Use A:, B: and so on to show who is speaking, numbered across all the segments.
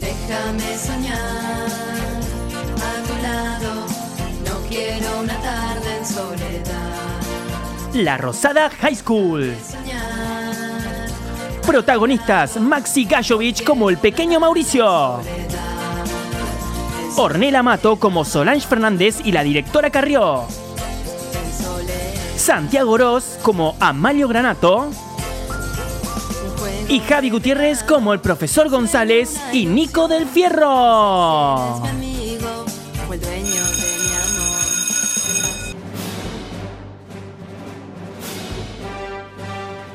A: Déjame soñar a tu lado. No quiero una tarde en soledad.
B: La Rosada High School.
A: Soñar,
B: Protagonistas Maxi Gallovich como el pequeño Mauricio. Ornella Mato como Solange Fernández y la directora Carrió. Santiago Oroz como Amalio Granato. Y Javi Gutiérrez como el profesor González y Nico del Fierro.
A: mi amigo, fue el dueño de mi amor.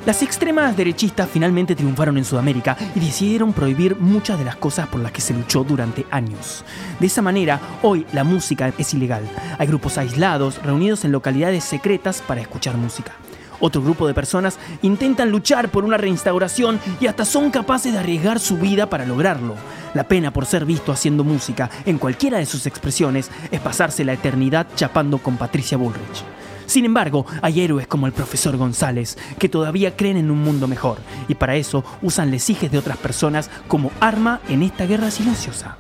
B: Las extremas derechistas finalmente triunfaron en Sudamérica y decidieron prohibir muchas de las cosas por las que se luchó durante años. De esa manera, hoy la música es ilegal. Hay grupos aislados reunidos en localidades secretas para escuchar música. Otro grupo de personas intentan luchar por una reinstauración y hasta son capaces de arriesgar su vida para lograrlo. La pena por ser visto haciendo música en cualquiera de sus expresiones es pasarse la eternidad chapando con Patricia Bullrich. Sin embargo, hay héroes como el profesor González, que todavía creen en un mundo mejor, y para eso usan lesijes de otras personas como arma en esta guerra silenciosa.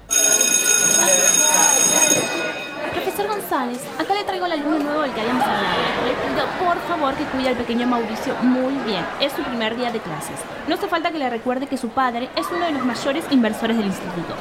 C: Profesor González, acá le traigo el alumno nuevo del que habíamos hablado. Le pido por favor que cuide al pequeño Mauricio muy bien. Es su primer día de clases. No hace falta que le recuerde que su padre es uno de los mayores inversores del instituto.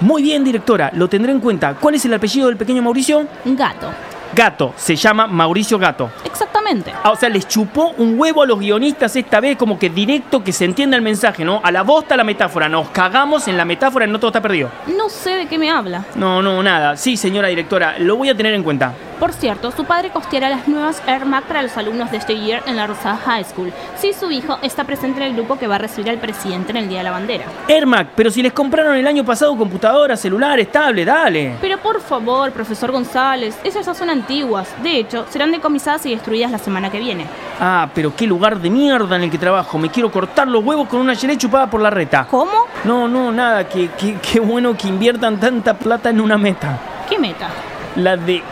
B: Muy bien, directora, lo tendré en cuenta. ¿Cuál es el apellido del pequeño Mauricio?
C: Un gato.
B: Gato, se llama Mauricio Gato.
C: Exactamente.
B: Ah, o sea, les chupó un huevo a los guionistas esta vez, como que directo que se entienda el mensaje, ¿no? A la bosta la metáfora, nos cagamos en la metáfora, no todo está perdido.
C: No sé de qué me habla.
B: No, no, nada. Sí, señora directora, lo voy a tener en cuenta.
C: Por cierto, su padre costeará las nuevas Air Mac para los alumnos de este year en la Rosada High School. Si su hijo está presente en el grupo que va a recibir al presidente en el Día de la Bandera.
B: Ermac, pero si les compraron el año pasado computadora, celular, estable, dale.
C: Pero por favor, profesor González, esas ya son antiguas. De hecho, serán decomisadas y destruidas la semana que viene.
B: Ah, pero qué lugar de mierda en el que trabajo. Me quiero cortar los huevos con una gelé chupada por la reta.
C: ¿Cómo?
B: No, no, nada. Qué, qué, qué bueno que inviertan tanta plata en una meta.
C: ¿Qué meta?
D: Eh,
B: La de i-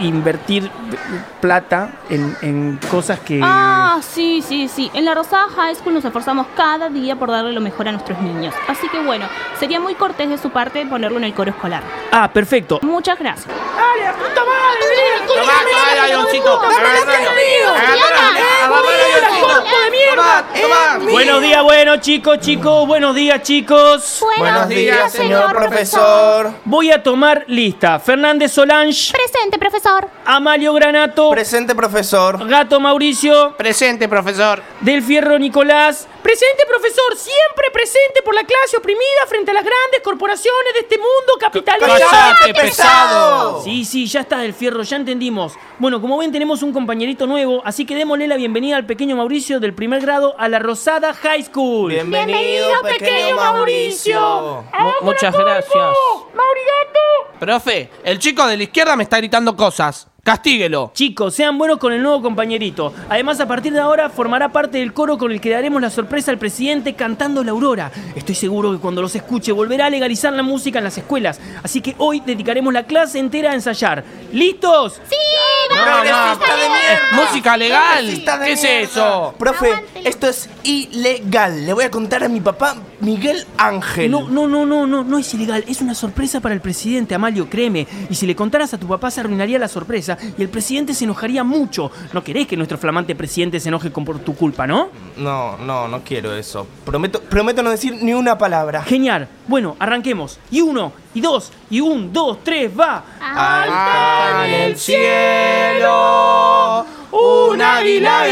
B: invertir plata en, en cosas que...
C: Ah, sí, sí, sí. En la Rosada High School nos esforzamos cada día por darle lo mejor a nuestros niños. Así que bueno, sería muy cortés de su parte ponerlo en el coro escolar.
B: Ah, perfecto.
C: Muchas gracias.
D: Tomá, tomá el avioncito.
B: de mierda! Buenos días, bueno, chicos, chicos. Buenos días, chicos.
D: Buenos días, señor profesor.
B: Voy a tomar lista. Fernández Solange,
C: Presente, profesor.
B: Amalio Granato,
D: Presente, profesor.
B: Gato Mauricio,
D: Presente, profesor.
B: Del Fierro Nicolás. Presente, profesor, siempre presente por la clase oprimida frente a las grandes corporaciones de este mundo capitalista.
D: ¡Cállate, pesado!
B: Sí, sí, ya está Del Fierro, ya entendimos. Bueno, como ven, tenemos un compañerito nuevo, así que démosle la bienvenida al pequeño Mauricio del primer grado a la Rosada High School.
D: Bienvenido, pequeño Mauricio.
E: muchas gracias. Profe, el chico de la izquierda me está gritando cosas. Castíguelo.
B: Chicos, sean buenos con el nuevo compañerito. Además, a partir de ahora formará parte del coro con el que daremos la sorpresa al presidente cantando La Aurora. Estoy seguro que cuando los escuche volverá a legalizar la música en las escuelas. Así que hoy dedicaremos la clase entera a ensayar. ¿Listos? Sí.
D: ¡Progresista de mierda!
E: Música legal.
D: Progresista de
E: ¿Qué es
D: mierda.
E: eso?
F: Profe, esto es ilegal. Le voy a contar a mi papá Miguel Ángel.
B: Eh, No, no, no, no, no, no es ilegal. Es una sorpresa para el presidente, Amalio, créeme. Y si le contaras a tu papá se arruinaría la sorpresa y el presidente se enojaría mucho. No querés que nuestro flamante presidente se enoje con- por tu culpa, ¿no?
F: no, no, no quiero eso. Prometo, prometo no decir ni una palabra.
B: Genial. Bueno, arranquemos. Y uno, y dos, y un, dos, tres, va.
D: Alta en el cielo, un águila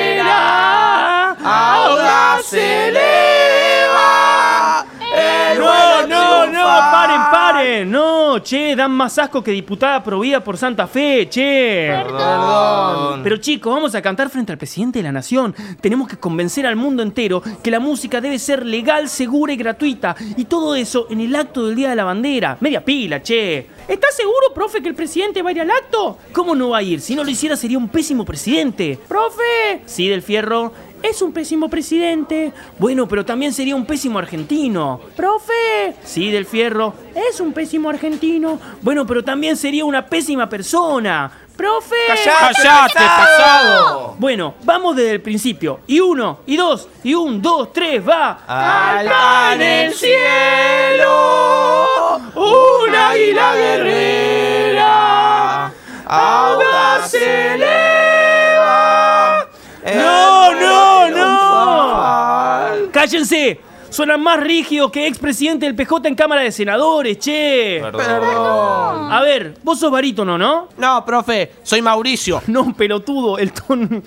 D: guerrera, ahora se eleva. El
B: No,
D: vuelo
B: no, no,
D: triunfal.
B: paren, paren. No, che, dan más asco que diputada prohibida por Santa Fe, che.
F: Perdón.
B: Pero chicos, vamos a cantar frente al presidente de la nación. Tenemos que convencer al mundo entero que la música debe ser legal, segura y gratuita. Y todo eso en el acto del Día de la Bandera. Media pila, che. ¿Estás seguro, profe, que el presidente va a ir al acto? ¿Cómo no va a ir? Si no lo hiciera sería un pésimo presidente. ¡Profe! Sí, del fierro. Es un pésimo presidente. Bueno, pero también sería un pésimo argentino. ¡Profe! Sí, del fierro. Es un pésimo argentino. Bueno, pero también sería una pésima persona. ¡Profe!
D: ¡Cállate,
E: Cállate,
D: pesado!
B: Bueno, vamos desde el principio. Y uno, y dos, y un, dos, tres, va.
D: Alta en el cielo, un águila guerrera, audaz se eleva.
F: Eh,
B: ¡No, no,
D: el
B: no!
D: triunfal.
B: ¡Cállense! Suenan más rígidos que expresidente del PJ en Cámara de Senadores, che.
D: Perdón.
B: A ver, vos sos barítono, ¿no?
E: No, profe, soy Mauricio.
B: No, pelotudo, el ton.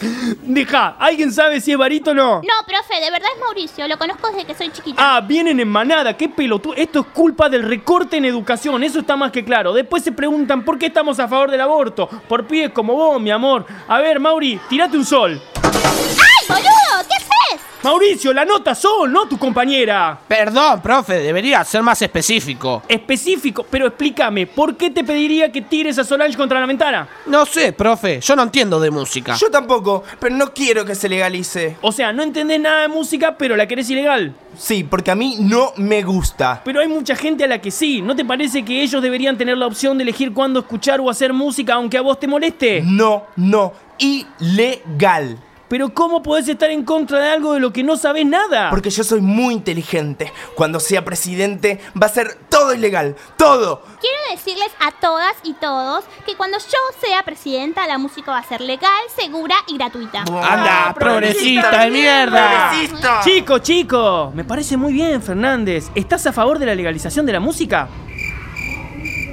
B: Deja, ¿alguien sabe si es barítono?
G: No, profe, de verdad es Mauricio. Lo conozco desde que soy chiquita.
B: Ah, vienen en manada, qué pelotudo. Esto es culpa del recorte en educación, eso está más que claro. Después se preguntan por qué estamos a favor del aborto. Por pibes como vos, mi amor. A ver, Mauri, tirate un sol.
G: ¡Ay, boludo! ¿Qué haces?
B: Mauricio, la nota sol, no tu compañera.
E: Perdón, profe, debería ser más específico.
B: Específico, pero explícame, ¿por qué te pediría que tires a Solange contra la ventana?
E: No sé, profe, yo no entiendo de música.
F: Yo tampoco, pero no quiero que se legalice.
B: O sea, no entendés nada de música, pero la querés ilegal.
F: Sí, porque a mí no me gusta.
B: Pero hay mucha gente a la que sí. ¿No te parece que ellos deberían tener la opción de elegir cuándo escuchar o hacer música aunque a vos te moleste?
F: No, no, ilegal.
B: Pero ¿cómo podés estar en contra de algo de lo que no sabés nada?
F: Porque yo soy muy inteligente. Cuando sea presidente va a ser todo ilegal. Todo.
G: Quiero decirles a todas y todos que cuando yo sea presidenta, la música va a ser legal, segura y gratuita.
E: Anda, progresista de mierda.
F: Ah, ¡Progresista!
B: Chico, chico, me parece muy bien, Fernández. ¿Estás a favor de la legalización de la música?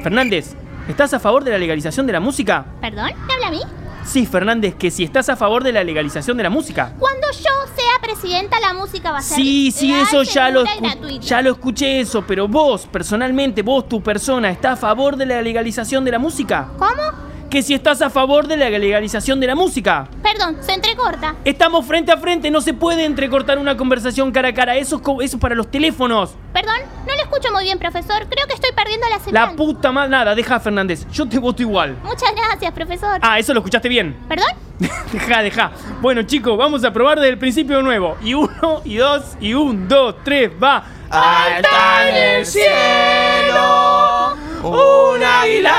B: Fernández, ¿estás a favor de la legalización de la música?
G: ¿Perdón? ¿Me habla a mí?
B: Sí, Fernández, que si estás a favor de la legalización de la música.
G: Cuando yo sea presidenta, la música va a ser
B: Sí, sí,
G: legal,
B: eso ya lo,
G: segura y
B: escu-
G: gratuita.
B: ya lo escuché eso, pero vos, personalmente, vos, tu persona, ¿está a favor de la legalización de la música?
G: ¿Cómo?
B: Que si estás a favor de la legalización de la música.
G: Perdón, se entrecorta.
B: Estamos frente a frente, no se puede entrecortar una conversación cara a cara, eso es, co- eso es para los teléfonos.
G: Perdón, no lo escucho muy bien, profesor. Creo que estoy perdiendo la señal.
B: La puta madre, nada, deja a Fernández, yo te voto igual.
G: Muchas gracias, profesor.
B: Ah, eso lo escuchaste bien.
G: ¿Perdón?
B: Deja, deja. Bueno, chicos, vamos a probar desde el principio de nuevo. Y uno, y dos, y un, dos, tres, va.
D: Alta en el cielo, un águila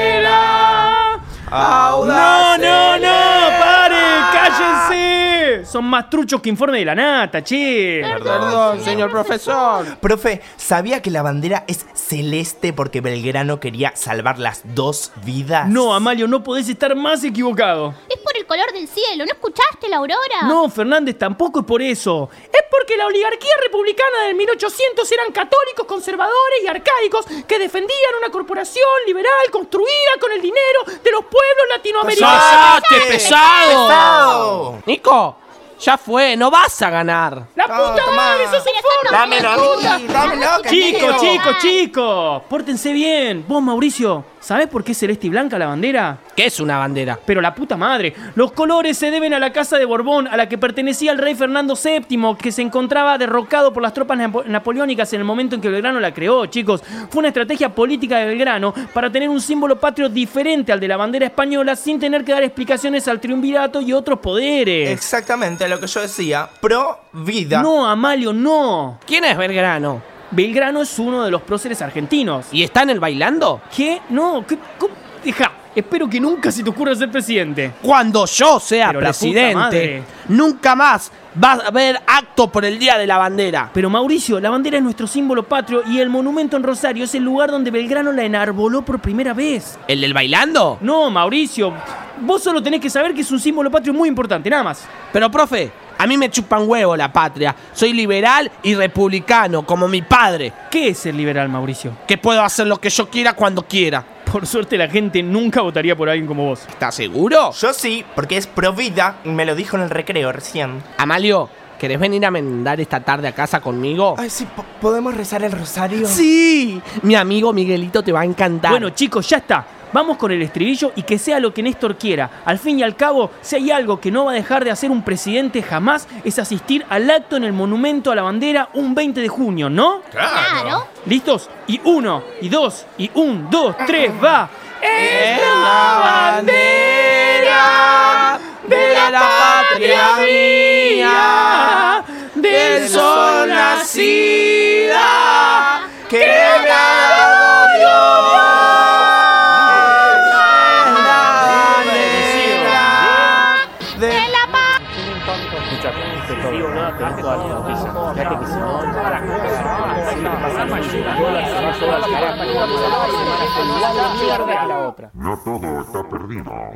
D: guerrera.
B: ¡No,
D: Audaz
B: no,
D: se
B: no! ¡Paren! ¡Cállense! Son más truchos que informe de la nata, che.
E: Perdón, señor profesor.
F: Profe, ¿sabía que la bandera es celeste porque Belgrano quería salvar las dos vidas?
B: No, Amalio, no podés estar más equivocado.
G: Es por el color del cielo. ¿No escuchaste la
C: Ah.
G: aurora?
B: No, Fernández, tampoco es por eso. Es porque la oligarquía republicana del 1800 eran católicos, conservadores y arcaicos que defendían una corporación liberal construida con el dinero de los pueblos latinoamericanos.
E: ¡Pesate,
F: ¡Pesado!
E: pesado! Nico, ya fue, no vas a ganar.
B: ¡La
F: No,
B: puta
F: tomá.
B: madre, sos
G: Pero
B: un
G: son
B: forro,
G: Dámelo
B: hijo de
G: a mí,
B: puta!
F: dámelo,
B: Chico,
F: Quiero.
B: chico, chico, pórtense bien. Vos, Mauricio, ¿sabés por qué es celeste y blanca la bandera?
E: ¿Qué es una bandera?
B: Pero la puta madre, los colores se deben a la casa de Borbón, a la que pertenecía el rey Fernando VII, que se encontraba derrocado por las tropas napo- napoleónicas en el momento en que Belgrano la creó, chicos. Fue una estrategia política de Belgrano para tener un símbolo patrio diferente al de la bandera española sin tener que dar explicaciones al triunvirato y otros poderes.
F: Exactamente lo que yo decía. Pro vida.
B: No, Amalio, no.
E: ¿Quién es Belgrano?
B: Belgrano es uno de los próceres argentinos.
E: ¿Y está en el bailando?
B: ¿Qué? No, ¿qué? ¿Cómo? Deja, espero que nunca se te ocurra ser presidente.
E: Cuando yo sea
B: Pero la puta madre.
E: presidente, nunca más va a haber acto por el Día de la Bandera.
B: Pero Mauricio, la bandera es nuestro símbolo patrio y el monumento en Rosario es el lugar donde Belgrano la enarboló por primera vez.
E: ¿El del bailando?
B: No, Mauricio, vos solo tenés que saber que es un símbolo patrio muy importante, nada más.
E: Pero, profe, a mí me chupan huevo la patria. Soy liberal y republicano, como mi padre,
B: ¿Qué es ser liberal, Mauricio?
E: que puedo hacer lo que yo quiera cuando quiera.
B: Por suerte la gente nunca votaría por alguien como vos.
E: ¿Estás seguro?
F: Yo sí, porque es pro vida. Me lo dijo en el recreo recién.
E: Amalio, ¿querés venir a merendar esta tarde a casa conmigo?
F: Ay, sí, po- ¿podemos rezar el rosario?
E: sí, mi amigo Miguelito te va a encantar.
B: Bueno, chicos, ya está. Vamos con el estribillo y que sea lo que Néstor quiera. Al fin y al cabo, si hay algo que no va a dejar de hacer un presidente jamás, es asistir al acto en el Monumento a la Bandera un 20 de junio, ¿no?
G: Claro.
B: ¿Listos? Y uno, y dos, y un, dos, tres,
D: Ah.
B: va.
D: Es la bandera de la patria mía, del sol nacida, que ha dado Dios. Es la bandera
G: De la paz.
H: No todo está perdido.